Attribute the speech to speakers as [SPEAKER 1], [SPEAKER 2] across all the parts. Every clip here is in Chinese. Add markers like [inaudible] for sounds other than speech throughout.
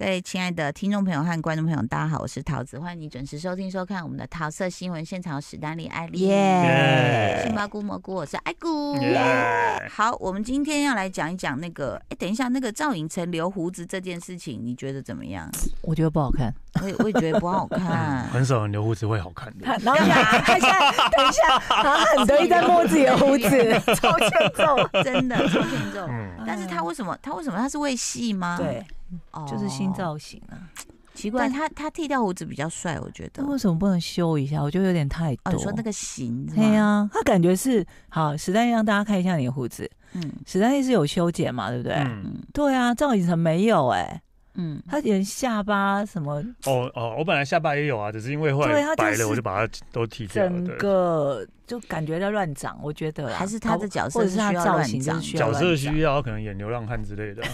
[SPEAKER 1] 位亲爱的听众朋友和观众朋友，大家好，我是桃子，欢迎你准时收听收看我们的桃色新闻现场，史丹利、艾丽、
[SPEAKER 2] 耶
[SPEAKER 1] 杏鲍菇、蘑菇，我是艾菇。
[SPEAKER 2] 耶
[SPEAKER 1] 好，我们今天要来讲一讲那个，哎，等一下，那个赵寅成留胡子这件事情，你觉得怎么样？
[SPEAKER 3] 我觉得不好看。
[SPEAKER 1] 我也我也觉得不好
[SPEAKER 2] 嗯
[SPEAKER 1] 看。
[SPEAKER 2] 很少人留胡子会好看的。
[SPEAKER 3] 他啊然后他他现在 [laughs] 等一下，他很得意在摸自己的胡子，超欠揍。
[SPEAKER 1] 真的超欠揍。
[SPEAKER 2] 嗯，
[SPEAKER 1] 但是他为什么？他为什么？他是为戏吗？，
[SPEAKER 3] 对，
[SPEAKER 1] 哦
[SPEAKER 3] 就是新。造型啊。
[SPEAKER 1] 奇怪，他他剃掉胡子比较帅，我觉得
[SPEAKER 3] 那。为什么不能修一下？我觉得有点太
[SPEAKER 1] 哦，
[SPEAKER 3] 多。
[SPEAKER 1] 你说那个型是吗？
[SPEAKER 3] 对呀，他感觉是好。史丹利让大家看一下你的胡子，
[SPEAKER 1] 嗯
[SPEAKER 3] 史丹利是有修剪嘛，对不对？
[SPEAKER 2] 嗯，
[SPEAKER 1] 嗯
[SPEAKER 3] 对啊，赵寅成没有哎，
[SPEAKER 1] 嗯，
[SPEAKER 3] 他连下巴什么
[SPEAKER 2] 哦哦，我本来下巴也有啊，只是因为后
[SPEAKER 3] 对
[SPEAKER 2] 来
[SPEAKER 3] 他
[SPEAKER 2] 白
[SPEAKER 3] 就是
[SPEAKER 2] 了，我就把它都剃掉了。
[SPEAKER 3] 整
[SPEAKER 2] 对，
[SPEAKER 3] 个就感觉在乱长，我觉得啦
[SPEAKER 1] 还是他的角色
[SPEAKER 3] 或者是他
[SPEAKER 1] 需要
[SPEAKER 3] 造型就是
[SPEAKER 1] 乱长
[SPEAKER 3] 需要
[SPEAKER 2] 角
[SPEAKER 3] 乱
[SPEAKER 2] 色
[SPEAKER 3] 长
[SPEAKER 2] 需要，可能演流浪汉之类的啊。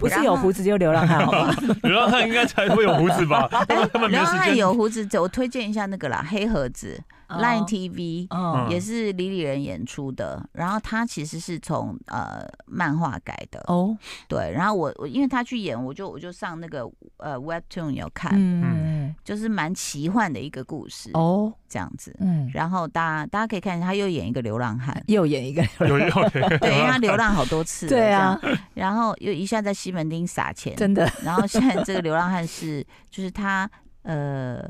[SPEAKER 3] 不是有胡子就流浪汉好吗？
[SPEAKER 1] [laughs]
[SPEAKER 2] 流浪汉应该才会有胡子吧？要不然他们没
[SPEAKER 1] 然
[SPEAKER 2] 有
[SPEAKER 1] 后
[SPEAKER 2] 时
[SPEAKER 1] 还
[SPEAKER 2] 间。
[SPEAKER 1] 有胡子，我推荐一下那个啦，《黑盒子》Line TV。
[SPEAKER 3] 哦
[SPEAKER 2] 嗯
[SPEAKER 1] 也是李李仁演出的，然后他其实是从呃漫画改的，
[SPEAKER 3] 哦，
[SPEAKER 1] 对。然后我我因为他去演，我就我就上那个呃 Webtoon 有看，
[SPEAKER 3] 嗯
[SPEAKER 1] 就是蛮奇幻的一个故事
[SPEAKER 3] 哦，
[SPEAKER 1] 这样子。
[SPEAKER 3] 嗯，，
[SPEAKER 1] 然后大家大家可以看，他又演一个流浪汉
[SPEAKER 3] [laughs] 又
[SPEAKER 1] [laughs]
[SPEAKER 3] 演一个，
[SPEAKER 2] 有有
[SPEAKER 1] 对，因为他流浪好多次，
[SPEAKER 3] 对啊，，
[SPEAKER 1] 然后又一下在西门町撒钱，
[SPEAKER 3] 真的，
[SPEAKER 1] 然后现在这个流浪汉是，就是他，呃，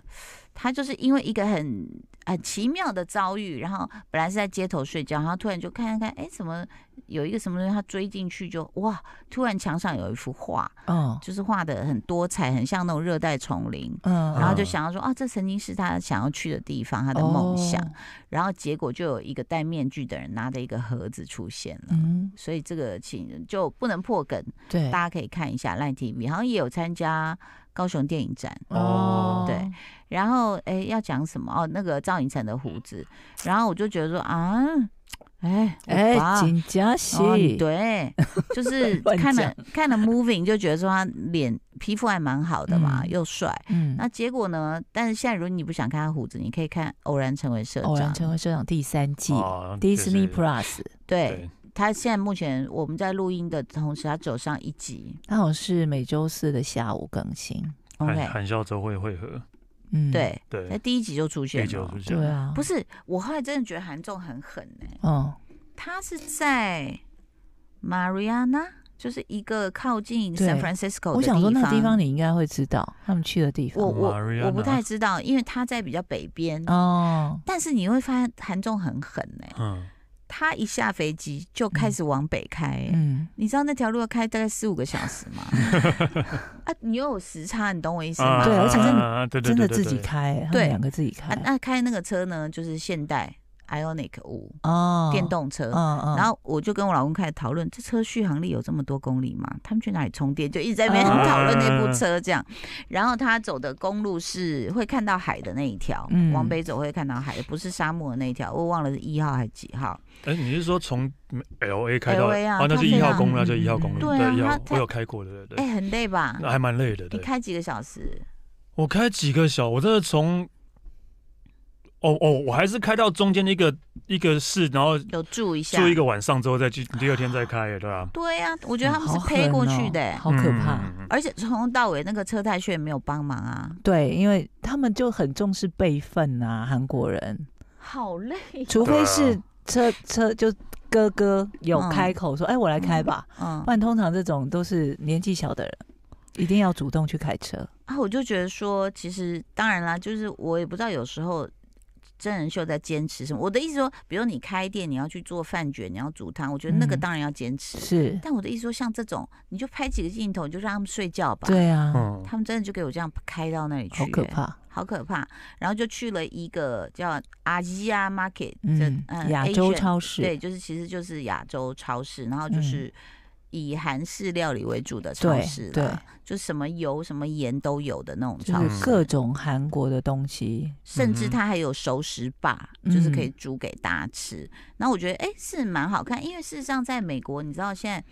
[SPEAKER 1] 他就是因为一个很很奇妙的遭遇，然后本来是在街头睡觉，然后突然就看看看，哎，怎么有一个什么东西，他追进去就哇，突然墙上有一幅画， [laughs]
[SPEAKER 3] 哦，
[SPEAKER 1] 就是画的很多彩，很像那种热带丛林。
[SPEAKER 3] 嗯
[SPEAKER 1] 然后就想要说，啊，这曾经是他想要去的地方，他的梦想。，
[SPEAKER 3] 哦
[SPEAKER 1] 然后结果就有一个戴面具的人拿着一个盒子出现了，
[SPEAKER 3] 嗯，
[SPEAKER 1] 所以这个请就不能破梗，
[SPEAKER 3] 对
[SPEAKER 1] 大，家可以看一下 Line TV，好像也有参加高雄电影展。
[SPEAKER 2] 哦
[SPEAKER 1] 对，然后诶，要讲什么？哦，那个赵寅成的胡子，然后我就觉得说啊，哎
[SPEAKER 3] 哎
[SPEAKER 1] 欧巴，
[SPEAKER 3] 金佳
[SPEAKER 1] 哦
[SPEAKER 3] 喜，，
[SPEAKER 1] 对， [laughs] 就是
[SPEAKER 3] [laughs] 乱
[SPEAKER 1] 看了
[SPEAKER 3] 讲
[SPEAKER 1] 看了 Moving 就觉得说他脸皮肤还蛮好的嘛，
[SPEAKER 3] 嗯
[SPEAKER 1] 又帅。
[SPEAKER 3] 嗯，
[SPEAKER 1] 那结果呢？但是现在如果你不想看他胡子，你可以看《偶然成为社
[SPEAKER 3] 偶然
[SPEAKER 1] 长》。
[SPEAKER 3] 成为社长第三季
[SPEAKER 2] 哦
[SPEAKER 3] ，Disney
[SPEAKER 2] 就是
[SPEAKER 3] Plus，
[SPEAKER 1] 对
[SPEAKER 2] 对，
[SPEAKER 1] 他现在目前我们在录音的同时，他走上一集。
[SPEAKER 3] 它好像是每周四的下午更新，
[SPEAKER 2] 含
[SPEAKER 1] OK，
[SPEAKER 2] 含笑周会会合，
[SPEAKER 3] 嗯，，
[SPEAKER 1] 对，在
[SPEAKER 2] 对，
[SPEAKER 1] 第一集就出现
[SPEAKER 2] 第
[SPEAKER 1] 了。
[SPEAKER 2] 九出现
[SPEAKER 3] 对，啊，
[SPEAKER 1] 不
[SPEAKER 3] 是，
[SPEAKER 1] 是，我后来真的觉得韩仲很狠呢、
[SPEAKER 3] 嗯，
[SPEAKER 1] 他是在 Mariana，就是一个靠近
[SPEAKER 3] 对
[SPEAKER 1] San Francisco 的
[SPEAKER 3] 我想说那个地方
[SPEAKER 1] 方，
[SPEAKER 3] 你应该会知道，他们去的地
[SPEAKER 1] 我
[SPEAKER 3] 方，
[SPEAKER 1] 我我
[SPEAKER 2] Mariana
[SPEAKER 1] 不太知道，因为他在比较北边。
[SPEAKER 3] 哦，
[SPEAKER 1] 但是你会发现韩仲很狠呢、
[SPEAKER 2] 嗯，
[SPEAKER 1] 他一下飞机就开始往北开、欸
[SPEAKER 3] 嗯，
[SPEAKER 1] 你知道那条路要开大概四五个小时
[SPEAKER 2] [laughs]
[SPEAKER 1] 吗？啊，你又有时差，你懂我意思吗？
[SPEAKER 2] 啊
[SPEAKER 3] 对而且真的
[SPEAKER 2] 啊啊对对
[SPEAKER 3] 真的
[SPEAKER 2] 对
[SPEAKER 3] 自己
[SPEAKER 2] 对
[SPEAKER 3] 开，他
[SPEAKER 1] 对
[SPEAKER 3] 们两个自己开
[SPEAKER 1] 啊，，那开那个车呢，就是现代 Ionic 五、
[SPEAKER 3] 哦，
[SPEAKER 1] 电，动车，
[SPEAKER 3] 嗯嗯，
[SPEAKER 1] 然后我就跟我老公开始讨论，这车续航力有这么多公里吗？他们去哪里充电？就一直在那边
[SPEAKER 3] 啊
[SPEAKER 1] 讨论那部车这样。然后他走的公路是会看到海的那一条，
[SPEAKER 3] 嗯
[SPEAKER 1] 往北走会看到海，不是沙漠的那一条，我忘了是一号还是几号。
[SPEAKER 2] 哎，你是说从 L A 开到
[SPEAKER 1] LA 啊
[SPEAKER 2] 哦那
[SPEAKER 1] 它
[SPEAKER 2] 是一
[SPEAKER 1] 非
[SPEAKER 2] 号
[SPEAKER 1] 常
[SPEAKER 2] 公路，那就一号公路，
[SPEAKER 1] 对啊
[SPEAKER 2] 一
[SPEAKER 1] 它
[SPEAKER 2] 号
[SPEAKER 1] 它
[SPEAKER 2] 我有开过的，对
[SPEAKER 1] 哎、
[SPEAKER 2] 对，
[SPEAKER 1] 很累吧？
[SPEAKER 2] 那还蛮累的，
[SPEAKER 1] 你
[SPEAKER 2] 对。
[SPEAKER 1] 开几个小时？
[SPEAKER 2] 我开几个小，我真的从，哦哦，我还是开到中间的一个一个市，然后
[SPEAKER 1] 有住一下？
[SPEAKER 2] 住一个晚上之后再去，第二天再开耶，对吧、
[SPEAKER 1] 对呀、我觉得他们
[SPEAKER 3] 好
[SPEAKER 1] 是
[SPEAKER 3] 狠
[SPEAKER 1] 飞过去
[SPEAKER 3] 哦
[SPEAKER 1] 的、欸
[SPEAKER 3] 好可怕。
[SPEAKER 2] 嗯嗯嗯
[SPEAKER 1] 而且从头到尾那个车太炫没有帮忙啊，
[SPEAKER 3] 对，因为他们就很重视辈分啊，韩国人，
[SPEAKER 1] 好累。
[SPEAKER 3] 除
[SPEAKER 2] 对
[SPEAKER 3] 非
[SPEAKER 2] 啊
[SPEAKER 3] 是车车就哥哥有
[SPEAKER 1] 嗯
[SPEAKER 3] 开口说：“哎、我来开吧。
[SPEAKER 1] 嗯
[SPEAKER 3] 不，然通常这种都是年纪小的人，一定要主动去开车。
[SPEAKER 1] 啊，我就觉得说，其实当然啦，就是我也不知道有时候真人秀在坚持什么。我的意思说，比如你开店，你要去做饭卷，你要煮汤，我觉得那个
[SPEAKER 3] 嗯
[SPEAKER 1] 当然要坚持。
[SPEAKER 3] 是，
[SPEAKER 1] 但我的意思说，像这种，你就拍几个镜头，你就让他们睡觉吧。，
[SPEAKER 3] 对啊，
[SPEAKER 2] 嗯
[SPEAKER 1] 他们真的就给我这样开到那里去、
[SPEAKER 3] 好可
[SPEAKER 1] 欸，
[SPEAKER 3] 怕。
[SPEAKER 1] 好可怕。然后就去了一个叫阿基亚 Market 这呃
[SPEAKER 3] 嗯，亚洲
[SPEAKER 1] Asian
[SPEAKER 3] 超市，
[SPEAKER 1] 对，就是其实就是亚洲超市，然后就是以韩式料理为主的超
[SPEAKER 3] 嗯对
[SPEAKER 1] 市啦，
[SPEAKER 3] 对
[SPEAKER 1] 就什么油什么盐都有的那种
[SPEAKER 3] 就
[SPEAKER 1] 超
[SPEAKER 3] 是
[SPEAKER 1] 市，
[SPEAKER 3] 各种韩国的东西。
[SPEAKER 1] 甚至
[SPEAKER 2] 嗯哼
[SPEAKER 1] 它还有熟食吧，就是可以
[SPEAKER 3] 嗯
[SPEAKER 1] 煮给大家吃。那我觉得哎、诶是蛮好看，因为事实上在美国，你知道现在。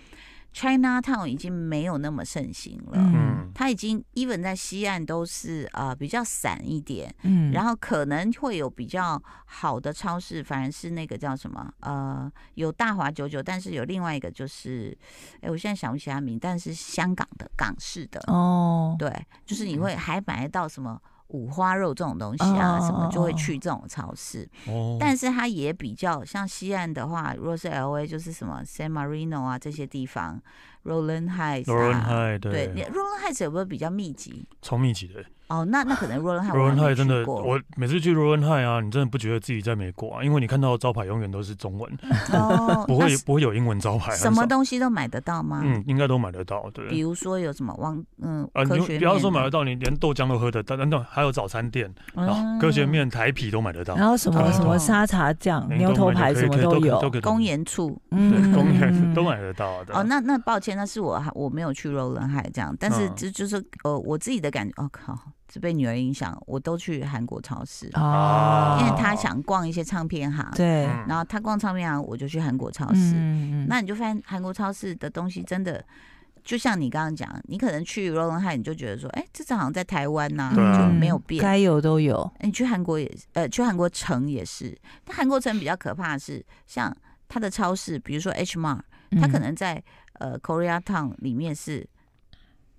[SPEAKER 1] China Town 已经没有那么盛行了。
[SPEAKER 3] 嗯
[SPEAKER 2] 嗯，
[SPEAKER 1] 它已经 even 在西岸都是呃比较散一点，
[SPEAKER 3] 嗯
[SPEAKER 1] 然
[SPEAKER 3] 后
[SPEAKER 1] 后可能会有比较好的超市，反而是那个叫什么呃有大华九九，但是有另外一个就是，哎，我现在想不起他名，但是香港的港式的，
[SPEAKER 3] 哦，
[SPEAKER 1] 对，就是你会还买得到什么五花肉这种东西啊，什么就会
[SPEAKER 3] 哦哦哦
[SPEAKER 1] 去这种超市，嗯
[SPEAKER 2] 哦，
[SPEAKER 1] 但是它也比较像西岸的话，如果是 L A 就是什么 San Marino 啊这些地方，Roland Heights
[SPEAKER 2] 罗伦
[SPEAKER 1] 啊。
[SPEAKER 2] 海
[SPEAKER 1] 对你
[SPEAKER 2] 对，
[SPEAKER 1] ，Roland Heights 有没有比较密集？
[SPEAKER 2] 超密集的。
[SPEAKER 1] 哦，那那可能 Roland Heights
[SPEAKER 2] 罗
[SPEAKER 1] 我还
[SPEAKER 2] 伦
[SPEAKER 1] 没
[SPEAKER 2] 海真
[SPEAKER 1] 去
[SPEAKER 2] 的，
[SPEAKER 1] 过
[SPEAKER 2] 我每次去罗伦海啊，你真的不觉得自己在美国啊，因为你看到的招牌永远都是中文，
[SPEAKER 1] 哦，
[SPEAKER 2] [laughs] 不会
[SPEAKER 1] 那
[SPEAKER 2] 不会有英文招牌，
[SPEAKER 1] 什么
[SPEAKER 2] 很少
[SPEAKER 1] 东西都买得到吗？
[SPEAKER 2] 嗯，应该都买得到，对。
[SPEAKER 1] 比如说有什么汪嗯
[SPEAKER 2] 啊，
[SPEAKER 1] 科
[SPEAKER 2] 你
[SPEAKER 1] 学
[SPEAKER 2] 不要
[SPEAKER 1] 面
[SPEAKER 2] 说买
[SPEAKER 1] 啊
[SPEAKER 2] 得到，你连豆浆都喝得到，等等，还有早餐店，然
[SPEAKER 1] 嗯
[SPEAKER 2] 后科学面、台啤都买得到，
[SPEAKER 3] 然后什么
[SPEAKER 2] 对
[SPEAKER 3] 什么
[SPEAKER 2] 对
[SPEAKER 3] 沙茶酱、
[SPEAKER 2] 嗯
[SPEAKER 3] 牛头牌什么
[SPEAKER 2] 都买得到可以可以可以
[SPEAKER 3] 有
[SPEAKER 2] 可，以
[SPEAKER 1] 公园处。
[SPEAKER 2] 对，公
[SPEAKER 3] 嗯
[SPEAKER 2] 园都买得到的。
[SPEAKER 1] 哦，那那抱歉，那是我还我没有去柔伦海这样，但是
[SPEAKER 2] 嗯
[SPEAKER 1] 这就是呃我自己的感觉，哦靠，是被女儿影响，我都去韩国超市，
[SPEAKER 2] 啊
[SPEAKER 3] 哦，
[SPEAKER 1] 因为她想逛一些唱片行，
[SPEAKER 3] 对，
[SPEAKER 2] 嗯
[SPEAKER 1] 然后她逛唱片行，我就去韩国超市，
[SPEAKER 3] 嗯，
[SPEAKER 1] 那你就发现韩国超市的东西真的，就像你刚刚讲，你可能去罗伦海，你就觉得说，哎、这次好像在台湾呐、
[SPEAKER 2] 对啊
[SPEAKER 1] 就没有变。
[SPEAKER 3] 嗯该有都有，
[SPEAKER 1] 你去韩国也是，呃，去韩国城也是。但韩国城比较可怕的是，像它的超市，比如说 H Mart，它
[SPEAKER 3] 嗯
[SPEAKER 1] 可能在、呃 Korea Town 里面是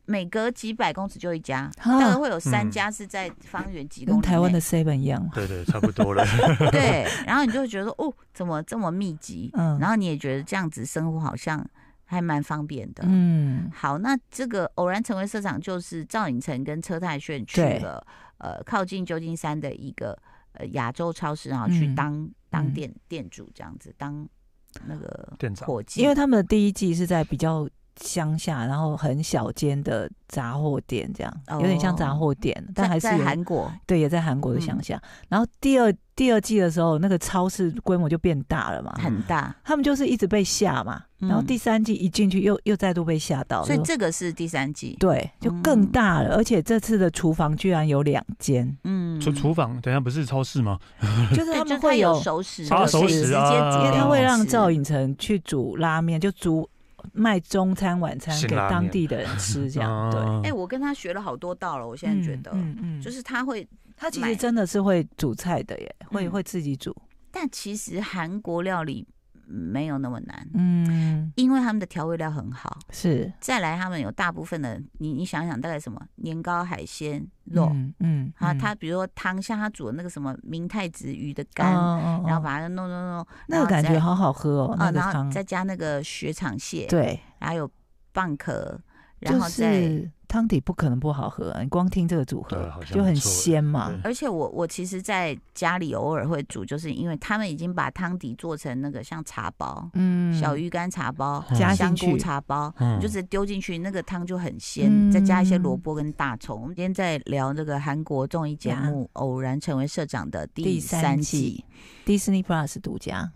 [SPEAKER 1] 每隔几百公尺就一家，
[SPEAKER 3] 啊
[SPEAKER 1] 大概会有三
[SPEAKER 2] 嗯
[SPEAKER 1] 家是在方圆几公里
[SPEAKER 3] 跟
[SPEAKER 1] 内。
[SPEAKER 3] 台湾的 seven 一样嘛，
[SPEAKER 2] 对对，差不多
[SPEAKER 1] [laughs]
[SPEAKER 2] 了。
[SPEAKER 3] [laughs]
[SPEAKER 1] 对，然后你就会觉得哦，怎么这么密集？
[SPEAKER 3] 嗯
[SPEAKER 1] 然后你也觉得这样子生活好像还蛮方便的。
[SPEAKER 3] 嗯，
[SPEAKER 1] 好，那这个偶然成为社长就是赵寅成跟车太炫去
[SPEAKER 3] 对
[SPEAKER 1] 了呃靠近旧金山的一个呃亚洲超市，然后去
[SPEAKER 3] 嗯
[SPEAKER 1] 当、当
[SPEAKER 3] 嗯
[SPEAKER 1] 店店主这样子，当那个
[SPEAKER 2] 店长
[SPEAKER 1] 伙计，
[SPEAKER 3] 因为他们的第一季是在比较乡下，然后很小间的杂货店，这样
[SPEAKER 1] 哦
[SPEAKER 3] 有点像杂货店，但
[SPEAKER 1] 在
[SPEAKER 3] 还是
[SPEAKER 1] 在
[SPEAKER 3] 有嗯
[SPEAKER 1] 韩国嗯
[SPEAKER 3] 对，也在韩国的乡下。然后第二第二季的时候，那个超市规模就变大了嘛，
[SPEAKER 1] 很大，
[SPEAKER 3] 他们就是一直被吓嘛。
[SPEAKER 1] 嗯
[SPEAKER 3] 然后第三季一进去又，又再度被吓到，
[SPEAKER 1] 所以
[SPEAKER 3] 就
[SPEAKER 1] 这嗯个是第三季，
[SPEAKER 3] 对就更大了。而且这次的厨房居然有两
[SPEAKER 1] [laughs]
[SPEAKER 3] 间，
[SPEAKER 1] 嗯，
[SPEAKER 2] 厨厨房，等一下不是超市吗？
[SPEAKER 3] 就是
[SPEAKER 1] 对
[SPEAKER 3] 他
[SPEAKER 1] 就
[SPEAKER 3] 们
[SPEAKER 1] 它
[SPEAKER 3] 会
[SPEAKER 1] 有
[SPEAKER 3] 有，
[SPEAKER 1] 熟食，就
[SPEAKER 2] 啊
[SPEAKER 1] 是
[SPEAKER 2] 熟
[SPEAKER 1] 直
[SPEAKER 2] 食
[SPEAKER 1] 接
[SPEAKER 2] 啊
[SPEAKER 1] 直接
[SPEAKER 3] 因为他会让
[SPEAKER 1] 吃
[SPEAKER 3] 赵寅成去煮拉面，就煮卖中餐晚餐
[SPEAKER 2] 辛
[SPEAKER 3] 给
[SPEAKER 2] 拉面哦
[SPEAKER 3] 当地的人吃，
[SPEAKER 2] [laughs]
[SPEAKER 3] 这样对。
[SPEAKER 2] 嗯
[SPEAKER 1] 哎、我跟他学了好多道了，我现在
[SPEAKER 3] 嗯
[SPEAKER 1] 觉得，
[SPEAKER 3] 嗯嗯
[SPEAKER 1] 就是他会，
[SPEAKER 3] 他其
[SPEAKER 1] 买
[SPEAKER 3] 实真的是会煮菜的耶，会
[SPEAKER 1] 嗯
[SPEAKER 3] 会自己煮。
[SPEAKER 1] 但其实韩国料理没有那么难，
[SPEAKER 3] 嗯，
[SPEAKER 1] 因为他们的调味料很好。
[SPEAKER 3] 是
[SPEAKER 1] 再来，他们有大部分的，你你想想，大概什么年糕、海鲜、肉，
[SPEAKER 3] 嗯嗯
[SPEAKER 1] 啊，
[SPEAKER 3] 嗯
[SPEAKER 1] 他比如说汤，像他煮的那个什么明太子鱼的干，
[SPEAKER 3] 哦哦
[SPEAKER 1] 然后
[SPEAKER 3] 哦
[SPEAKER 1] 把它弄弄弄，
[SPEAKER 3] 那
[SPEAKER 1] 然
[SPEAKER 3] 个
[SPEAKER 1] 后
[SPEAKER 3] 感
[SPEAKER 1] 再
[SPEAKER 3] 觉好好喝哦，
[SPEAKER 1] 啊，
[SPEAKER 3] 那个
[SPEAKER 1] 然后
[SPEAKER 3] 汤
[SPEAKER 1] 再加那个雪场蟹，，
[SPEAKER 3] 对，
[SPEAKER 1] 还有蚌壳，然
[SPEAKER 3] 就
[SPEAKER 1] 后再，
[SPEAKER 3] 是汤底不可能不好喝啊，你光听这个组
[SPEAKER 2] 对
[SPEAKER 3] 合
[SPEAKER 2] 好像
[SPEAKER 3] 就很
[SPEAKER 2] 不错耶
[SPEAKER 3] 鲜嘛
[SPEAKER 2] 对。
[SPEAKER 1] 而且我我其实，在家里偶尔会煮，就是因为他们已经把汤底做成那个像茶包，
[SPEAKER 3] 嗯
[SPEAKER 1] 小鱼干茶包、
[SPEAKER 2] 嗯
[SPEAKER 3] 加
[SPEAKER 1] 香
[SPEAKER 3] 进
[SPEAKER 1] 菇
[SPEAKER 3] 去，
[SPEAKER 1] 茶包，
[SPEAKER 2] 嗯
[SPEAKER 1] 你就直接丢进去，那个汤就很鲜，
[SPEAKER 3] 嗯嗯
[SPEAKER 1] 再加一些萝卜跟大葱。我们今天在聊这个韩国综艺节目《偶然成为社长》的第
[SPEAKER 3] 第三
[SPEAKER 1] 三
[SPEAKER 3] 季
[SPEAKER 1] 季。
[SPEAKER 3] Disney Plus 独家，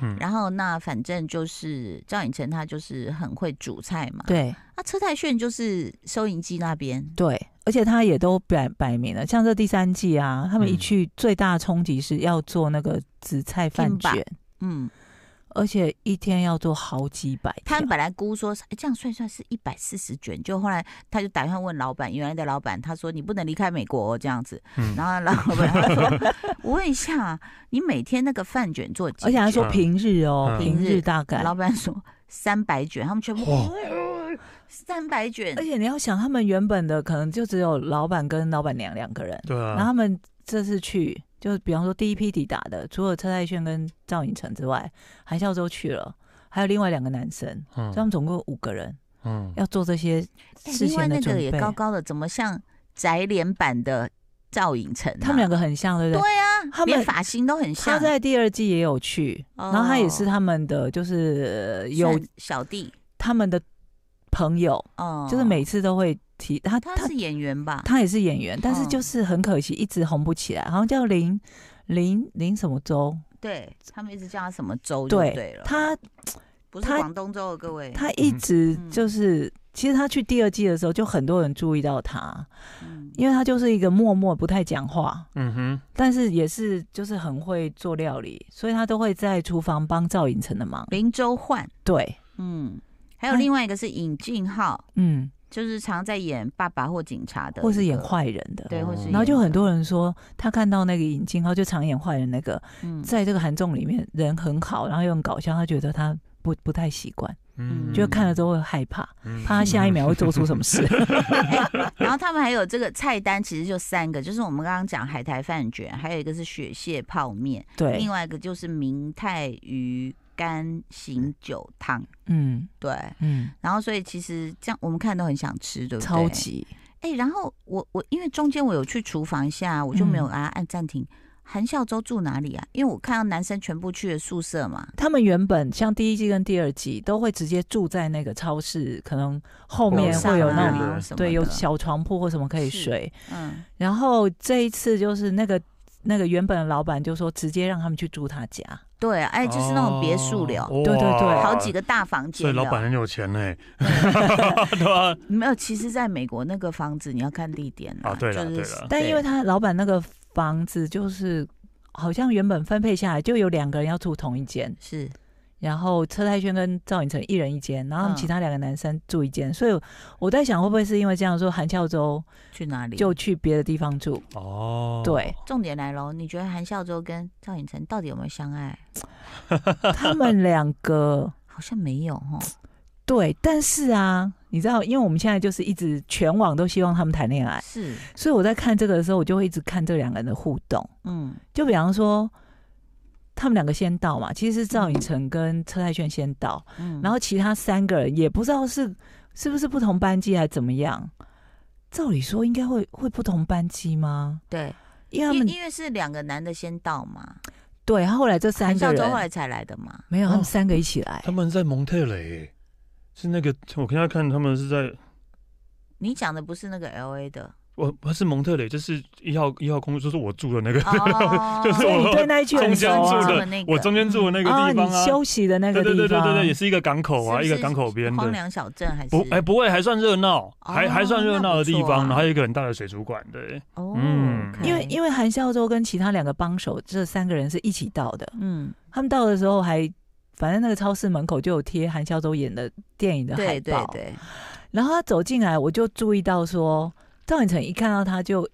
[SPEAKER 2] 嗯
[SPEAKER 1] 然后那反正就是赵寅成他就是很会煮菜嘛，。
[SPEAKER 3] 对
[SPEAKER 1] 那、车太炫就是收银机那边，
[SPEAKER 3] 对，而且他也都摆摆明了，像这第三季啊，他们一
[SPEAKER 2] 嗯
[SPEAKER 3] 去最大冲击是要做那个紫菜饭
[SPEAKER 1] Kimbap
[SPEAKER 3] 卷，
[SPEAKER 1] 嗯，
[SPEAKER 3] 而且一天要做好几百
[SPEAKER 1] 他
[SPEAKER 3] 条
[SPEAKER 1] 们。本来估说，哎，这样算一算是一百四十卷，就后来他就打电话问老板，原来的老板，他说你不能离开美国、哦、这样子，
[SPEAKER 2] 嗯
[SPEAKER 1] 然后老 [laughs] 板他说，
[SPEAKER 3] [laughs]
[SPEAKER 1] 我问一下，你每天那个饭卷做几卷？
[SPEAKER 3] 而且他说
[SPEAKER 2] 嗯
[SPEAKER 3] 平日哦，
[SPEAKER 2] 嗯
[SPEAKER 3] 平
[SPEAKER 1] 平日
[SPEAKER 3] 日大概，
[SPEAKER 1] 老板说三百卷，他们全部哎
[SPEAKER 2] 哇
[SPEAKER 1] 三百卷
[SPEAKER 3] 而，且你要想，他们原本的可能就只有老板跟老板娘两个人，
[SPEAKER 2] 对
[SPEAKER 3] 然后
[SPEAKER 2] 啊，
[SPEAKER 3] 他们这次去，就比方说第一批抵达的，除了车太炫跟赵寅成之外，韩孝周去了，还有另外两个男生，所以他
[SPEAKER 2] 嗯
[SPEAKER 3] 们总共有五个人
[SPEAKER 2] 嗯，
[SPEAKER 3] 要做这些
[SPEAKER 1] 哎
[SPEAKER 3] 事
[SPEAKER 1] 另外
[SPEAKER 3] 前的
[SPEAKER 1] 那
[SPEAKER 3] 准
[SPEAKER 1] 个也
[SPEAKER 3] 备。
[SPEAKER 1] 高高的，怎么像宅脸版的赵寅成啊、
[SPEAKER 3] 他们两个很像，对不对？
[SPEAKER 1] 对啊，
[SPEAKER 3] 他们
[SPEAKER 1] 连发型都很
[SPEAKER 3] 他
[SPEAKER 1] 像，
[SPEAKER 3] 在第二季也有去，
[SPEAKER 1] 哦
[SPEAKER 3] 然后他也是他们的，就是呃有
[SPEAKER 1] 算小弟，
[SPEAKER 3] 他们的朋友，
[SPEAKER 1] 哦、
[SPEAKER 3] 就是每次都会提他，
[SPEAKER 1] 他
[SPEAKER 3] 他
[SPEAKER 1] 是演员吧？
[SPEAKER 3] 他也是演员，但是
[SPEAKER 1] 嗯
[SPEAKER 3] 就是很可惜，一直红不起来，好像叫林林林什么周，
[SPEAKER 1] 对他们一直叫他什么周就
[SPEAKER 3] 对
[SPEAKER 1] 对了，
[SPEAKER 3] 他
[SPEAKER 1] 不是
[SPEAKER 3] 他
[SPEAKER 1] 广东周的啊各位，
[SPEAKER 3] 他一直
[SPEAKER 1] 嗯
[SPEAKER 3] 就是，其实他去第二季的时候，就很多人注意到他，
[SPEAKER 1] 嗯
[SPEAKER 3] 因为他就是一个默默不太讲话，
[SPEAKER 2] 嗯哼，
[SPEAKER 3] 但是也是就是很会做料理，所以他都会在厨房帮赵寅成的忙。
[SPEAKER 1] 林周焕，
[SPEAKER 3] 对，
[SPEAKER 1] 嗯，还有另外一个是尹俊浩，
[SPEAKER 3] 嗯，
[SPEAKER 1] 就是常在演爸爸或警察的一个，
[SPEAKER 3] 或是演坏人的。
[SPEAKER 1] 对，或是
[SPEAKER 2] 哦
[SPEAKER 3] 然后就
[SPEAKER 1] 演
[SPEAKER 3] 很多人说，他看到那个尹静浩就常演坏人那个，
[SPEAKER 1] 嗯
[SPEAKER 3] 在这个韩综里面人很好，然后又很搞笑，他觉得他不不太习惯，
[SPEAKER 1] 嗯
[SPEAKER 3] 就看了之后会害怕，
[SPEAKER 2] 嗯
[SPEAKER 3] 怕他下一秒会做出什么
[SPEAKER 1] [laughs]
[SPEAKER 3] 事。 [laughs]
[SPEAKER 1] 然后他们还有这个菜单，其实就三个，就是我们刚刚讲海苔饭卷，还有一个是雪蟹泡面，
[SPEAKER 3] 对
[SPEAKER 1] 另，外一个就是明太鱼干醒酒汤。
[SPEAKER 3] 嗯
[SPEAKER 1] 对，
[SPEAKER 3] 嗯，
[SPEAKER 1] 然后所以其实这样我们看都很想吃，对不对？
[SPEAKER 3] 超级
[SPEAKER 1] 哎、然后我我因为中间我有去厨房一下，啊我就没有
[SPEAKER 3] 嗯
[SPEAKER 1] 给他按暂停。韩孝周住哪里啊？因为我看到男生全部去了宿舍嘛。
[SPEAKER 3] 他们原本像第一季跟第二季都会直接住在那个超市，可能后
[SPEAKER 2] 楼
[SPEAKER 3] 面
[SPEAKER 1] 上
[SPEAKER 3] 会有
[SPEAKER 1] 啊
[SPEAKER 3] 那
[SPEAKER 2] 种
[SPEAKER 3] 里、
[SPEAKER 1] 什么
[SPEAKER 3] 对有
[SPEAKER 1] 的
[SPEAKER 3] 小床铺或什么可以
[SPEAKER 1] 是
[SPEAKER 3] 睡。
[SPEAKER 1] 嗯，
[SPEAKER 3] 然后这一次就是那个那个原本的老板就说直接让他们去住他家，
[SPEAKER 1] 对，哎、就是那种别墅流，
[SPEAKER 2] 哦
[SPEAKER 3] 对对对
[SPEAKER 2] 哇
[SPEAKER 1] 好几个大房
[SPEAKER 2] 所以
[SPEAKER 1] 间的。哦
[SPEAKER 2] 老板很有钱呢，对吧？
[SPEAKER 1] 没有，其实在美国那个房子你要看地点
[SPEAKER 2] 啊对啦
[SPEAKER 1] 就是
[SPEAKER 2] 对啦
[SPEAKER 3] 但因为他老板那个房子就是好像原本分配下来就有两个人要住同一间，
[SPEAKER 1] 是
[SPEAKER 3] 然后车太轩跟赵寅成一人一间，然后他们
[SPEAKER 1] 嗯
[SPEAKER 3] 其他两个男生住一间，所以我在想会不会是因为这样说韩孝周
[SPEAKER 1] 去哪里？
[SPEAKER 3] 就去别的地方住？
[SPEAKER 2] 哦，
[SPEAKER 3] 对
[SPEAKER 1] 重点来喽，你觉得韩孝周跟赵寅成到底有没有相爱？
[SPEAKER 3] 他们两个。
[SPEAKER 1] 好像没有哦。
[SPEAKER 3] 对，但是啊，你知道，因为我们现在就是一直全网都希望他们谈恋爱，
[SPEAKER 1] 是，
[SPEAKER 3] 所以我在看这个的时候，我就会一直看这两个人的互动。
[SPEAKER 1] 嗯，
[SPEAKER 3] 就比方说，他们两个先到嘛，其实是
[SPEAKER 2] 嗯
[SPEAKER 3] 赵寅成跟车太铉先到，
[SPEAKER 1] 嗯
[SPEAKER 3] 然后其他三个人也不知道是是不是不同班机还怎么样。照理说应该会会不同班机吗？
[SPEAKER 1] 对，
[SPEAKER 3] 因为他
[SPEAKER 1] 因
[SPEAKER 3] 们
[SPEAKER 1] 因为是两个男的先到嘛，
[SPEAKER 3] 对，他后来这三
[SPEAKER 1] 韩
[SPEAKER 3] 个
[SPEAKER 1] 孝周后来
[SPEAKER 3] 人
[SPEAKER 1] 才来的嘛。
[SPEAKER 3] 没有，他
[SPEAKER 2] 哦
[SPEAKER 3] 们三个一起来
[SPEAKER 2] 他，们在蒙特雷，是那个我刚才看他们是在
[SPEAKER 1] 你讲的不是那个 L A
[SPEAKER 2] [laughs]
[SPEAKER 1] 的，
[SPEAKER 2] 我不是蒙特雷，就是一号一号公寓，就是我住的那个，
[SPEAKER 1] 哦
[SPEAKER 2] [laughs] 就是
[SPEAKER 3] 所以
[SPEAKER 2] 我
[SPEAKER 3] 你对那一句
[SPEAKER 2] 中
[SPEAKER 3] 很
[SPEAKER 2] 间
[SPEAKER 3] 熟
[SPEAKER 2] 住
[SPEAKER 3] 啊
[SPEAKER 1] 住。
[SPEAKER 2] 的
[SPEAKER 1] 的那，个
[SPEAKER 2] 我中间住的那个
[SPEAKER 3] 啊，
[SPEAKER 2] 地
[SPEAKER 3] 你
[SPEAKER 2] 方啊，
[SPEAKER 3] 休息的那
[SPEAKER 2] 对
[SPEAKER 3] 个
[SPEAKER 2] 对
[SPEAKER 3] 地
[SPEAKER 2] 对对
[SPEAKER 3] 方，
[SPEAKER 2] 对对，也是一个港口啊，
[SPEAKER 1] 是不
[SPEAKER 2] 一
[SPEAKER 1] 是
[SPEAKER 2] 个港口边
[SPEAKER 1] 荒
[SPEAKER 2] 的。
[SPEAKER 1] 凉小镇还是
[SPEAKER 2] 不，哎、不会，还算热闹，还
[SPEAKER 1] 哦
[SPEAKER 2] 还算热闹的地
[SPEAKER 1] 那不错啊
[SPEAKER 2] 方，然后还有一个很大的水族馆，对，
[SPEAKER 1] 哦，
[SPEAKER 2] 嗯
[SPEAKER 1] OK
[SPEAKER 3] 因为因为韩孝周跟其他两个帮手这三个人是一起到的，
[SPEAKER 1] 嗯，
[SPEAKER 3] 他们到的时候还，反正那个超市门口就有贴韩孝周演的电影的海
[SPEAKER 1] 对对
[SPEAKER 3] 报。
[SPEAKER 1] 对，
[SPEAKER 3] 然后他走进来，我就注意到说，赵寅成一看到他就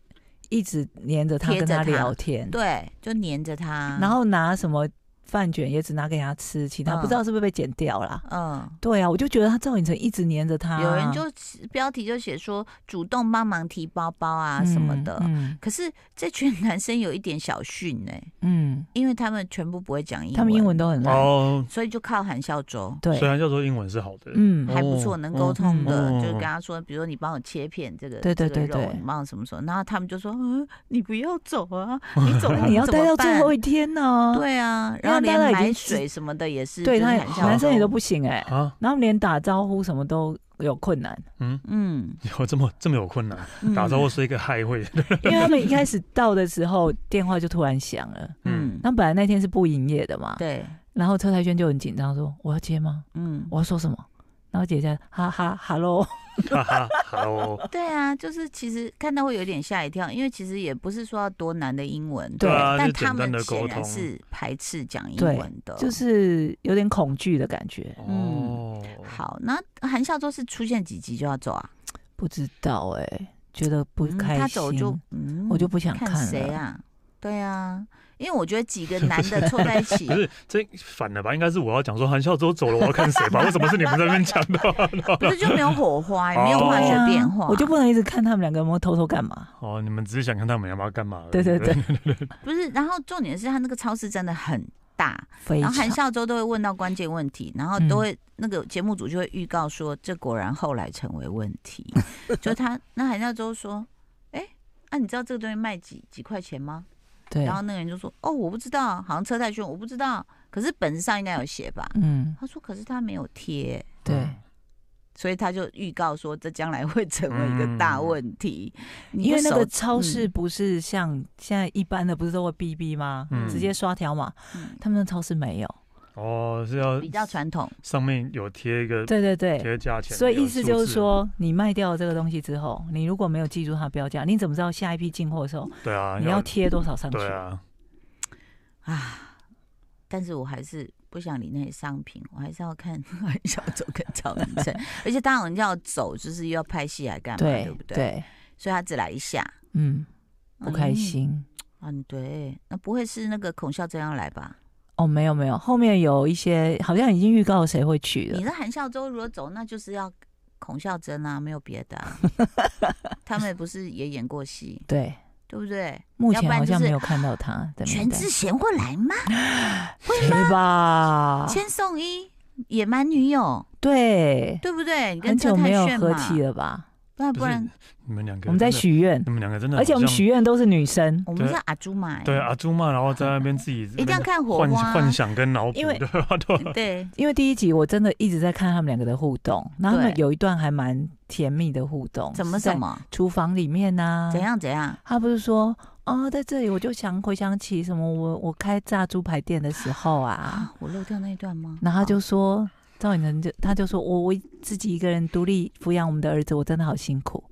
[SPEAKER 3] 一直黏着他
[SPEAKER 1] 贴着
[SPEAKER 3] 跟他
[SPEAKER 1] 他
[SPEAKER 3] 聊天，
[SPEAKER 1] 对，啊就黏着他，
[SPEAKER 3] 然后拿什么饭卷也只拿给他吃，其他
[SPEAKER 1] 嗯
[SPEAKER 3] 不知道是不是被剪掉啦。
[SPEAKER 1] 嗯。
[SPEAKER 3] 对啊，我就觉得他赵寅成一直黏着他，
[SPEAKER 1] 有人就起标题就写说主动帮忙提包包啊什么的，
[SPEAKER 3] 嗯
[SPEAKER 1] 可是这群 [laughs] 男生有一点小逊呢、
[SPEAKER 3] 嗯，
[SPEAKER 1] 因为他们全部不会讲英文，
[SPEAKER 3] 他们英文都很烂，
[SPEAKER 2] 哦，
[SPEAKER 1] 所以就靠韩孝周，
[SPEAKER 3] 嗯对
[SPEAKER 2] 虽，然叫做英文是好的，
[SPEAKER 3] 嗯
[SPEAKER 2] [laughs]
[SPEAKER 1] 还不错，
[SPEAKER 2] 哦
[SPEAKER 1] 能沟通的，
[SPEAKER 2] 嗯嗯嗯
[SPEAKER 1] 就是跟他说，比如说你帮我切片这个，
[SPEAKER 3] 对对
[SPEAKER 1] 这个
[SPEAKER 3] 对对
[SPEAKER 1] 肉你帮我什么什么，然后他们就说，嗯，你不要走啊，你
[SPEAKER 3] [laughs]
[SPEAKER 1] 走了
[SPEAKER 3] 那你要待到最后
[SPEAKER 1] 一，
[SPEAKER 3] 一天呢、
[SPEAKER 1] 对啊，
[SPEAKER 3] 因为
[SPEAKER 1] 然后
[SPEAKER 3] 大家
[SPEAKER 1] 连
[SPEAKER 3] 已经
[SPEAKER 1] 买
[SPEAKER 3] 知
[SPEAKER 1] 水什么的也是，
[SPEAKER 3] 对
[SPEAKER 1] 就是
[SPEAKER 3] 他
[SPEAKER 1] 韩孝
[SPEAKER 3] 男生也
[SPEAKER 1] 周
[SPEAKER 3] 都不，行哎、
[SPEAKER 2] 啊，
[SPEAKER 3] 然后连打招呼什么都有困
[SPEAKER 2] [laughs]
[SPEAKER 3] 难，
[SPEAKER 2] 嗯，
[SPEAKER 1] 嗯，
[SPEAKER 2] 有这么这么有困难，
[SPEAKER 1] 嗯
[SPEAKER 2] 打招呼，是一个嗨会，
[SPEAKER 3] 因为他们一开始到的时候电话就突然响了，
[SPEAKER 2] 嗯，
[SPEAKER 1] 嗯，
[SPEAKER 3] 那本来那天是不营业的嘛，
[SPEAKER 1] 对，
[SPEAKER 3] 然后车太轩就很紧张说我要接吗？
[SPEAKER 1] 嗯，
[SPEAKER 3] 我要说什么？然后姐姐哈哈哈
[SPEAKER 1] [laughs]
[SPEAKER 3] 喽，
[SPEAKER 2] 嗯哈哈，hello，哦
[SPEAKER 1] 对啊，就是其实看到会有点吓一跳，因为其实也不是说要多难的英文，
[SPEAKER 3] 对
[SPEAKER 2] 啊，
[SPEAKER 1] 但
[SPEAKER 2] 就
[SPEAKER 1] 他
[SPEAKER 2] 简单
[SPEAKER 1] 们
[SPEAKER 2] 的
[SPEAKER 1] 显
[SPEAKER 2] 沟
[SPEAKER 1] 然
[SPEAKER 2] 通，
[SPEAKER 1] 是排斥讲英
[SPEAKER 3] 对
[SPEAKER 1] 文的，
[SPEAKER 3] 就是有点恐惧的感觉，
[SPEAKER 2] 哦，
[SPEAKER 1] 好。那韩孝周是出现几集就要走啊？
[SPEAKER 3] 不知道哎、觉得不
[SPEAKER 1] 嗯
[SPEAKER 3] 开心，
[SPEAKER 1] 他走就嗯，
[SPEAKER 3] 我就不想看
[SPEAKER 1] 看
[SPEAKER 3] 了。
[SPEAKER 1] 谁啊？对啊，因为我觉得几个男的凑在一起
[SPEAKER 2] [laughs] 不，是这反了吧？应该是我要讲说韩孝周走了，我要看谁吧？为什么是你们在那边讲的？ [laughs]
[SPEAKER 1] 不是就没有火花，也没有
[SPEAKER 2] 哦
[SPEAKER 1] 化
[SPEAKER 3] 对
[SPEAKER 1] 学
[SPEAKER 3] 啊
[SPEAKER 1] 变化。
[SPEAKER 3] 我就不能一直看他们两个，我偷偷干嘛？
[SPEAKER 2] 哦，你们只是想看他们要不要干嘛而已？
[SPEAKER 3] 对对对，
[SPEAKER 1] 不是，然后重点是他那个超市真的很大，
[SPEAKER 3] 非
[SPEAKER 1] 然
[SPEAKER 3] 常
[SPEAKER 1] 后韩孝周都会问到关键问题，然后都会、那个节目组就会预告说，这果然后来成为问
[SPEAKER 3] [laughs]
[SPEAKER 1] 题。就他那韩孝周说，哎、那、你知道这个东西卖几几块钱吗？
[SPEAKER 3] 对
[SPEAKER 1] 然，后那个人就说，哦，我不知道，好像车太炫，我不知道，可是本子上应该有写吧？
[SPEAKER 3] 嗯，
[SPEAKER 1] 他说，可是他没有贴、
[SPEAKER 3] 对。
[SPEAKER 1] 所以他就预告说，这将来会成为一个大问题，你
[SPEAKER 3] 嗯因为
[SPEAKER 1] 不
[SPEAKER 3] 那
[SPEAKER 1] 守
[SPEAKER 3] 个超市
[SPEAKER 1] 嗯
[SPEAKER 3] 不是像现在一般的，不是都会 BB 吗？
[SPEAKER 2] 嗯
[SPEAKER 3] 直接刷条码，
[SPEAKER 1] 嗯
[SPEAKER 3] 他们的超市没有。
[SPEAKER 2] 哦，是要
[SPEAKER 1] 比较传统，
[SPEAKER 2] 上面有贴一个
[SPEAKER 3] 对对对，
[SPEAKER 2] 贴价钱，
[SPEAKER 3] 所以意思就
[SPEAKER 2] 有数
[SPEAKER 3] 是
[SPEAKER 2] 字，
[SPEAKER 3] 说，你卖掉这个东西之后，你如果没有记住它的标价，你怎么知道下一批进货的时候
[SPEAKER 2] 对啊，
[SPEAKER 3] 你要贴多少上去？
[SPEAKER 2] 对啊，
[SPEAKER 1] 啊，但是我还是不想理那些商品，我还是要看 [laughs] 韩小周跟赵寅成。而且他好像要走，就是又要拍戏来干嘛，对
[SPEAKER 3] 对
[SPEAKER 1] 不对？所以他只来一下，
[SPEAKER 3] 嗯，不开心。
[SPEAKER 1] 嗯。嗯，对，那不会是那个孔孝真要来吧？
[SPEAKER 3] 哦，没有没有，后面有一些好像已经预告谁会去
[SPEAKER 1] 你
[SPEAKER 3] 了。
[SPEAKER 1] 的韩孝周如果走，那就是要孔孝真啊，没有别的、
[SPEAKER 3] [laughs]
[SPEAKER 1] 啊。他们不是也演过戏，
[SPEAKER 3] 对，
[SPEAKER 1] 对不对？
[SPEAKER 3] 目
[SPEAKER 1] 要不
[SPEAKER 3] 前
[SPEAKER 1] 然
[SPEAKER 3] 好
[SPEAKER 1] 就
[SPEAKER 3] 像
[SPEAKER 1] 是
[SPEAKER 3] 没有看到他的名
[SPEAKER 1] 全
[SPEAKER 3] 单
[SPEAKER 1] 智，贤会来吗？
[SPEAKER 3] 谁
[SPEAKER 1] [laughs]
[SPEAKER 3] 吧？
[SPEAKER 1] 千颂伊、野蛮女友，
[SPEAKER 3] 对，
[SPEAKER 1] 对不对？你跟
[SPEAKER 3] 很
[SPEAKER 1] 邱
[SPEAKER 3] 久
[SPEAKER 1] 泰
[SPEAKER 3] 没有
[SPEAKER 1] 炫
[SPEAKER 3] 合
[SPEAKER 1] 嘛
[SPEAKER 3] 体，了吧？
[SPEAKER 1] 不然
[SPEAKER 2] 不
[SPEAKER 1] 不
[SPEAKER 2] 是
[SPEAKER 1] 然
[SPEAKER 2] 你们两个
[SPEAKER 3] 我们在
[SPEAKER 2] 真的，
[SPEAKER 3] 许愿，
[SPEAKER 2] 你们两个真的
[SPEAKER 3] 而
[SPEAKER 2] 好像，
[SPEAKER 3] 且我们嗯许愿都是女生，
[SPEAKER 1] 我们是阿朱嘛、欸
[SPEAKER 2] 对阿朱嘛，然后在那边自己
[SPEAKER 1] 一定要看火
[SPEAKER 2] 幻
[SPEAKER 1] 花，
[SPEAKER 2] 幻想跟脑补
[SPEAKER 3] 因为
[SPEAKER 2] 的话，对吧
[SPEAKER 1] 对，
[SPEAKER 3] 因为第一集我真的一直在看他们两个的互动，然后他们
[SPEAKER 1] 对
[SPEAKER 3] 有一段还蛮甜蜜的互动，
[SPEAKER 1] 怎么
[SPEAKER 3] 是在嗯
[SPEAKER 1] 怎么
[SPEAKER 3] 厨房里面啊呐、
[SPEAKER 1] 怎？样怎样，
[SPEAKER 3] 他不是说哦，在这里我就想回想起什么我我开炸猪排店的时候啊，
[SPEAKER 1] 啊，我漏掉那一段吗？
[SPEAKER 3] 然后他就说赵寅成就他就说我我自己一个人独立抚养我们的儿子，我真的好辛苦。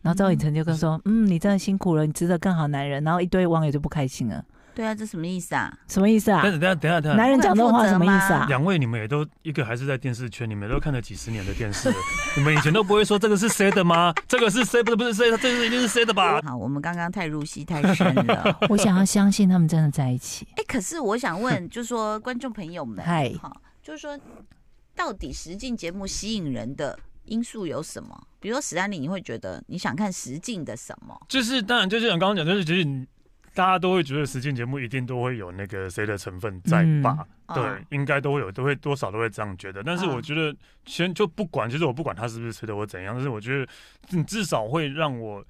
[SPEAKER 3] 然后赵寅成就跟说：“嗯，你真的辛苦了，你值得更好男人。”然后一堆网友就不开心了，
[SPEAKER 1] 对啊，这什么意思啊？
[SPEAKER 3] 什么意思啊
[SPEAKER 2] 但？是等一下等一下等一
[SPEAKER 3] 男
[SPEAKER 2] 下，
[SPEAKER 3] 人讲这种话什么意思啊？
[SPEAKER 2] [laughs] 两位你们也都一个还是在电视圈，你们都看了几十年
[SPEAKER 3] [laughs]
[SPEAKER 2] 的电视了，你们以前都不会说这个是谁的吗？这个是谁？不是不是谁的？这个一定是谁的吧？
[SPEAKER 1] 好，我们刚刚太入戏太深
[SPEAKER 3] [laughs]
[SPEAKER 1] 了。
[SPEAKER 3] 我想要相信他们真的在一
[SPEAKER 2] [laughs]
[SPEAKER 3] 起。
[SPEAKER 1] 哎、可是我想问，就说观众朋友们，
[SPEAKER 3] 嗨
[SPEAKER 1] 好，就是说，到底实境节目吸引人的因素有什么？比如说史丹利，你会觉得你想看实境的什么？
[SPEAKER 2] 就是当然，就是像刚刚讲，就是其实你大家都会觉得实境节目一定都会有那个谁的成分在吧？
[SPEAKER 1] 嗯
[SPEAKER 2] 对，
[SPEAKER 1] 嗯
[SPEAKER 2] 应该都会有，都会多少都会这样觉得。但是
[SPEAKER 1] 嗯
[SPEAKER 2] 我觉得，先就不管，就是我不管他是不是谁的我怎样，但是我觉得你至少会让我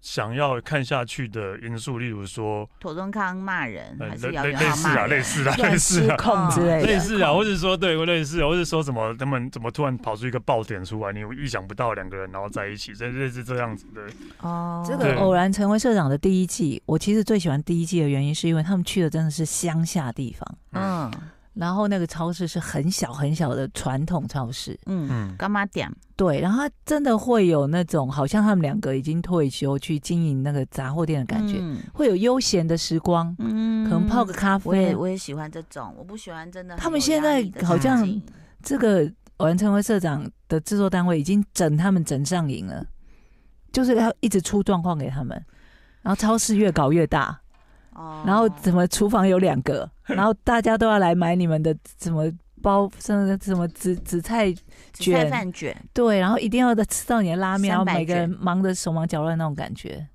[SPEAKER 2] 想要看下去的因素，例如说，
[SPEAKER 1] 妥中康骂人
[SPEAKER 2] 呃，
[SPEAKER 1] 还
[SPEAKER 2] 类
[SPEAKER 1] 是姚
[SPEAKER 2] 类
[SPEAKER 1] 元
[SPEAKER 2] 类
[SPEAKER 1] 浩
[SPEAKER 2] 似
[SPEAKER 1] 骂
[SPEAKER 2] 啊，
[SPEAKER 1] 人？
[SPEAKER 2] 类似啊，类
[SPEAKER 3] 乱
[SPEAKER 2] 似
[SPEAKER 3] 失
[SPEAKER 2] 啊。
[SPEAKER 3] 控之类
[SPEAKER 2] 类
[SPEAKER 3] 的。
[SPEAKER 2] 似啊，或者说对，或类似，或者说什么，他们怎么突然跑出一个爆点出来，你意想不到两个人然后在一起，这类似这样子的，
[SPEAKER 1] 哦，
[SPEAKER 3] 这
[SPEAKER 2] 对
[SPEAKER 3] 个偶然成为社长的第一季，我其实最喜欢第一季的原因，是因为他们去的真的是乡下地方，
[SPEAKER 2] 嗯
[SPEAKER 1] 嗯
[SPEAKER 3] 然后那个超市是很小很小的传统超市，
[SPEAKER 1] 嗯，
[SPEAKER 2] 嗯，
[SPEAKER 1] 干嘛点？
[SPEAKER 3] 对，然后他真的会有那种好像他们两个已经退休去经营那个杂货店的感觉，
[SPEAKER 1] 嗯
[SPEAKER 3] 会有悠闲的时光，
[SPEAKER 1] 嗯
[SPEAKER 3] 可能泡个咖
[SPEAKER 1] 我也
[SPEAKER 3] 啡。
[SPEAKER 1] 我也喜欢这种，我不喜欢真的很有压力的场景。
[SPEAKER 3] 嗯他们现在好
[SPEAKER 2] 像
[SPEAKER 3] 这个偶然成为社长的制作单位已经整他们整上瘾了，就是要一直出状况给他们，然后超市越搞越大。
[SPEAKER 1] 哦
[SPEAKER 3] 然后怎么厨房有两个，然后大家都要来买你们的什么包，什么什么紫紫菜
[SPEAKER 1] 紫菜
[SPEAKER 3] 卷
[SPEAKER 1] 饭卷，
[SPEAKER 3] 对，然后一定要吃到你的拉面，然后
[SPEAKER 1] 300
[SPEAKER 3] 每个人
[SPEAKER 1] 卷
[SPEAKER 3] 忙得手忙脚乱那种感觉。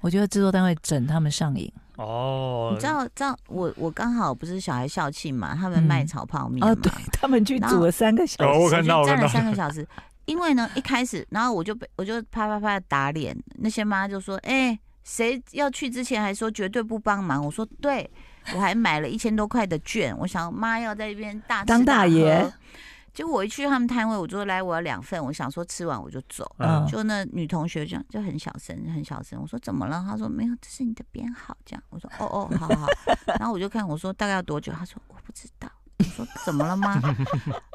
[SPEAKER 3] 我觉得制作单位整他们上瘾
[SPEAKER 2] 哦，
[SPEAKER 1] 你知道知道我我刚好不是小孩校庆嘛，他们卖
[SPEAKER 3] 嗯
[SPEAKER 1] 炒泡面
[SPEAKER 3] 啊！
[SPEAKER 1] 嘛，
[SPEAKER 3] [laughs]
[SPEAKER 2] [laughs]
[SPEAKER 3] 对他们去煮了三个小
[SPEAKER 2] 有
[SPEAKER 3] 时，
[SPEAKER 2] 哦我看
[SPEAKER 1] 我
[SPEAKER 2] 到我
[SPEAKER 1] 就
[SPEAKER 2] 看
[SPEAKER 1] 站了
[SPEAKER 2] 到
[SPEAKER 1] 三个小时。因为呢，一开始，然后我就被我就啪啪啪地打脸，那些妈就说：“哎、谁要去之前还说绝对不帮忙。”我说：“对，我还买了一千多块的券，我想妈要在那边大吃
[SPEAKER 3] 当大
[SPEAKER 1] 喝
[SPEAKER 3] 爷。”
[SPEAKER 1] 结果我一去他们摊位，我就说：“来，我要两份。”我想说吃完我就走。
[SPEAKER 3] 嗯
[SPEAKER 1] 就那女同学这样就很小声，很小声。我说怎么了？她说没有，这是你的编号。这样我说哦
[SPEAKER 3] [laughs]
[SPEAKER 1] 哦，好好。然后我就看我说大概要多久？她说我不知道。我说怎么了吗？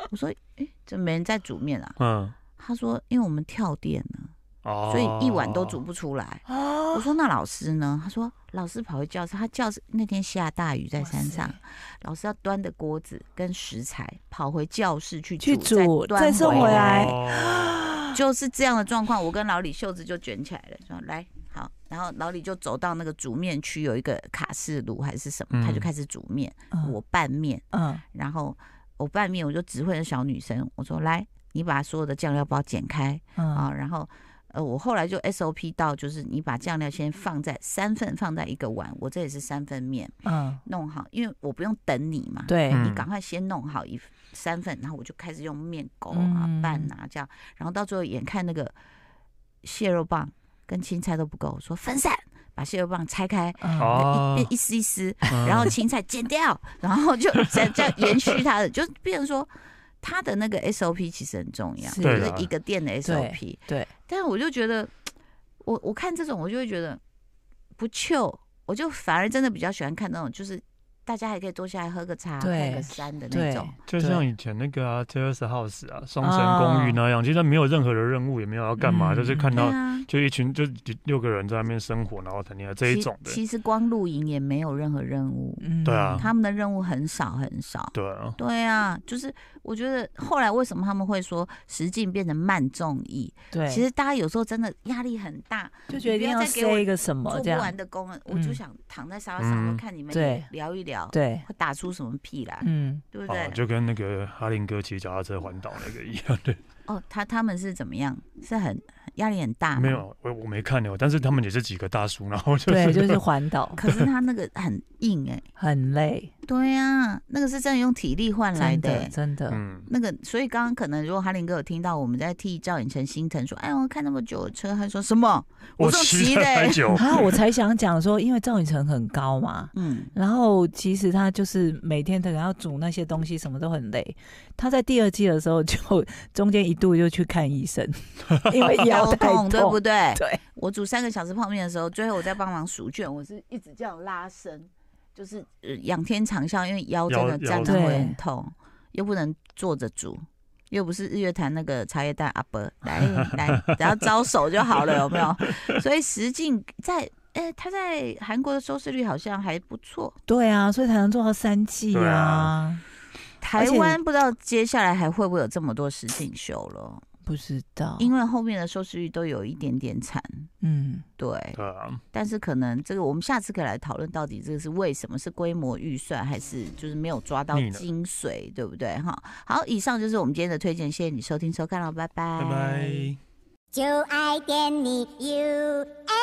[SPEAKER 1] 我说诶，怎么没人在煮面啊？
[SPEAKER 2] 嗯，
[SPEAKER 1] 她说因为我们跳电了，
[SPEAKER 2] 哦，
[SPEAKER 1] 所以一碗都煮不出来。我
[SPEAKER 3] 啊，
[SPEAKER 1] 说那老师呢？她说老师跑回教室，他教室那天下大雨在山上
[SPEAKER 3] 哇，
[SPEAKER 1] 老师要端着锅子跟食材跑回教室去
[SPEAKER 3] 去
[SPEAKER 1] 煮，再
[SPEAKER 3] 煮
[SPEAKER 1] 端
[SPEAKER 3] 再送回来
[SPEAKER 2] 哦
[SPEAKER 1] 就是这样的状况，我跟老李袖子就卷起来了，说来好，然后老李就走到那个煮面区，有一个卡式炉还是什么，
[SPEAKER 2] 嗯
[SPEAKER 1] 他就开始煮面，
[SPEAKER 3] 嗯
[SPEAKER 1] 我拌面，
[SPEAKER 3] 嗯
[SPEAKER 1] 然后我拌面，我就指挥那小女生，我说来，你把所有的酱料包剪开啊，
[SPEAKER 3] 嗯
[SPEAKER 1] 然后。呃，我后来就 SOP 到，就是你把酱料先放在三份，放在一个碗，我这也是三份面
[SPEAKER 3] 嗯，
[SPEAKER 1] 弄好，因为我不用等你嘛，
[SPEAKER 3] 对，
[SPEAKER 2] 嗯
[SPEAKER 1] 你赶快先弄好一三份，然后我就开始用面勾啊、
[SPEAKER 3] 嗯
[SPEAKER 1] 拌啊这样，然后到最后眼看那个蟹肉棒跟青菜都不够，我说分散，把蟹肉棒拆开。
[SPEAKER 3] 嗯
[SPEAKER 2] 好哦
[SPEAKER 1] 一一丝一丝，[laughs]
[SPEAKER 2] 嗯
[SPEAKER 1] 然后青菜剪掉，然后就这样这样延续它的，就变成说它的那个 SOP 其实很重要，
[SPEAKER 3] 是
[SPEAKER 1] 就
[SPEAKER 2] 对
[SPEAKER 1] 是
[SPEAKER 2] 啊
[SPEAKER 1] 一个店的 SOP。
[SPEAKER 3] 对，
[SPEAKER 1] 但是我就觉得，我我看这种我就会觉得不糗，我就反而真的比较喜欢看那种就是大家还可以坐下来喝个茶、
[SPEAKER 3] 对
[SPEAKER 1] 看个山的那
[SPEAKER 3] 对
[SPEAKER 1] 种。，
[SPEAKER 2] 就
[SPEAKER 3] 对
[SPEAKER 2] 像以前那个啊，Terrace House 啊，双层公寓那样，其实没有任何的任务，也没有要干嘛，
[SPEAKER 3] 嗯
[SPEAKER 2] 就是看
[SPEAKER 1] 哦对
[SPEAKER 2] 到
[SPEAKER 1] 啊，
[SPEAKER 2] 就一群就六个人在那边生活，然后谈恋爱这一
[SPEAKER 1] 其
[SPEAKER 2] 种的，
[SPEAKER 1] 其实光露营也没有任何任务，
[SPEAKER 3] 嗯
[SPEAKER 2] 对啊
[SPEAKER 1] 他们的任务很少很少。
[SPEAKER 2] 对啊，
[SPEAKER 1] 对啊，就是我觉得后来为什么他们会说实境变成慢综艺？
[SPEAKER 3] 对，
[SPEAKER 1] 其实大家有时候真的压力很大，
[SPEAKER 3] 就觉得一定
[SPEAKER 1] 你不要再给我
[SPEAKER 3] 塞一个什么
[SPEAKER 1] 做
[SPEAKER 3] 这
[SPEAKER 1] 不完
[SPEAKER 3] 样，
[SPEAKER 1] 的工，我
[SPEAKER 3] 嗯
[SPEAKER 1] 就想躺在沙发上
[SPEAKER 2] 嗯
[SPEAKER 1] 看你们
[SPEAKER 3] 对
[SPEAKER 1] 聊一聊，
[SPEAKER 3] 对，
[SPEAKER 1] 会打出什么屁来，
[SPEAKER 2] [laughs]
[SPEAKER 3] 嗯，
[SPEAKER 1] 对不
[SPEAKER 2] 哦，
[SPEAKER 1] 对？
[SPEAKER 2] 就跟那个哈林哥骑脚踏车环岛那个一样，
[SPEAKER 1] [laughs]
[SPEAKER 2] 对，
[SPEAKER 1] 哦，他他们是怎么样？是很压力很大吗
[SPEAKER 2] 没。有我我没看哦，但是他们也是几个大叔，然后就
[SPEAKER 3] 对，
[SPEAKER 2] 是
[SPEAKER 3] 就是环岛
[SPEAKER 1] 可是他那
[SPEAKER 3] [laughs]
[SPEAKER 1] 个很硬哎、
[SPEAKER 3] 很累，
[SPEAKER 1] 对啊，那个是真的用体力换来
[SPEAKER 3] 真
[SPEAKER 1] 的、
[SPEAKER 3] 的
[SPEAKER 1] 欸。
[SPEAKER 3] 真的，
[SPEAKER 2] 嗯，
[SPEAKER 1] 那个，所以刚刚可能如果哈林哥有听到我们在替赵寅成心疼，说：“哎呦，我看那么久的车，他说什么？我这种
[SPEAKER 2] 骑
[SPEAKER 1] 骑
[SPEAKER 2] 了
[SPEAKER 1] 的欸 [laughs]
[SPEAKER 2] 很久，
[SPEAKER 3] 啊，我才想讲说，因为赵寅成很高嘛，
[SPEAKER 1] 嗯，
[SPEAKER 3] 然后其实他就是每天可能要煮那些东西，什么都很累。他在第二季的时候就 [laughs] 中间一度就去看医生，因
[SPEAKER 1] [laughs]
[SPEAKER 3] 为腰
[SPEAKER 1] 腰
[SPEAKER 3] 太
[SPEAKER 1] 痛哦对不对？
[SPEAKER 3] 对，
[SPEAKER 1] 我煮三个小时泡面的时候，最后我在帮忙数卷，我是一直这样拉伸，就是呃仰天长啸，因为腰真的
[SPEAKER 2] 腰
[SPEAKER 1] 站
[SPEAKER 2] 腰
[SPEAKER 1] 着
[SPEAKER 3] 对
[SPEAKER 1] 会很痛，又不能坐着煮，又不是日月潭那个茶叶蛋阿伯，来来，只要招手就好了，有没有？ [laughs] 所以实境在。哎，他在韩国的收视率好像还不错，
[SPEAKER 3] 对啊，所以才能做到三季
[SPEAKER 2] 对
[SPEAKER 3] 啊
[SPEAKER 2] 啊。
[SPEAKER 1] 台湾不知道接下来还会不会有这么多实境秀了，
[SPEAKER 3] 不知道，
[SPEAKER 1] 因为后面的收视率都有一点点惨，
[SPEAKER 3] 嗯，
[SPEAKER 1] 对，
[SPEAKER 2] 对啊，
[SPEAKER 1] 但是可能这个我们下次可以来讨论，到底这个是为什么？是规模预算，还是就是没有抓到
[SPEAKER 2] 腻了
[SPEAKER 1] 精髓，对不对？哈，好，以上就是我们今天的推荐，谢哦谢你收听收看了，拜拜，
[SPEAKER 2] 拜拜。
[SPEAKER 4] 就爱点你 UFO。